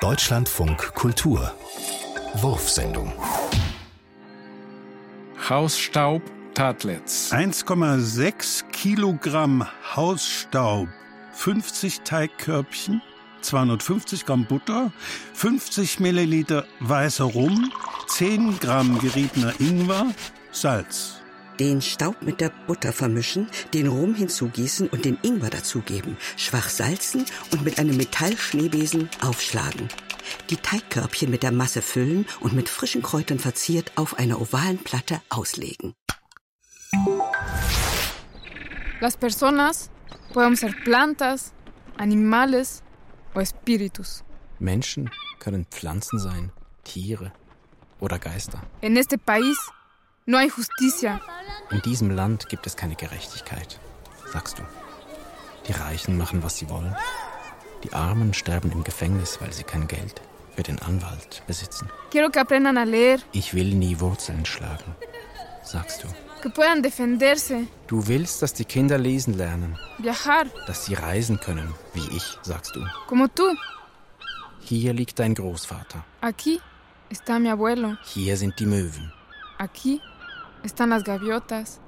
Deutschlandfunk Kultur. Wurfsendung. Hausstaub Tatlets. 1,6 Kilogramm Hausstaub, 50 Teigkörbchen, 250 Gramm Butter, 50 Milliliter weißer Rum, 10 Gramm geriebener Ingwer, Salz. Den Staub mit der Butter vermischen, den Rum hinzugießen und den Ingwer dazugeben, schwach salzen und mit einem Metallschneebesen aufschlagen. Die Teigkörbchen mit der Masse füllen und mit frischen Kräutern verziert auf einer ovalen Platte auslegen. Las personas pueden ser plantas, animales o espíritus. Menschen können Pflanzen sein, Tiere oder Geister. En este país no hay justicia. In diesem Land gibt es keine Gerechtigkeit, sagst du. Die Reichen machen, was sie wollen. Die Armen sterben im Gefängnis, weil sie kein Geld für den Anwalt besitzen. Quiero que aprendan a leer, Ich will nie Wurzeln schlagen, sagst du. que puedan defenderse, Du willst, dass die Kinder lesen lernen, viajar, dass sie reisen können, wie ich, sagst du. como tú. Hier liegt dein Großvater, Aquí está mi abuelo, hier sind die Möwen. aquí están las gaviotas,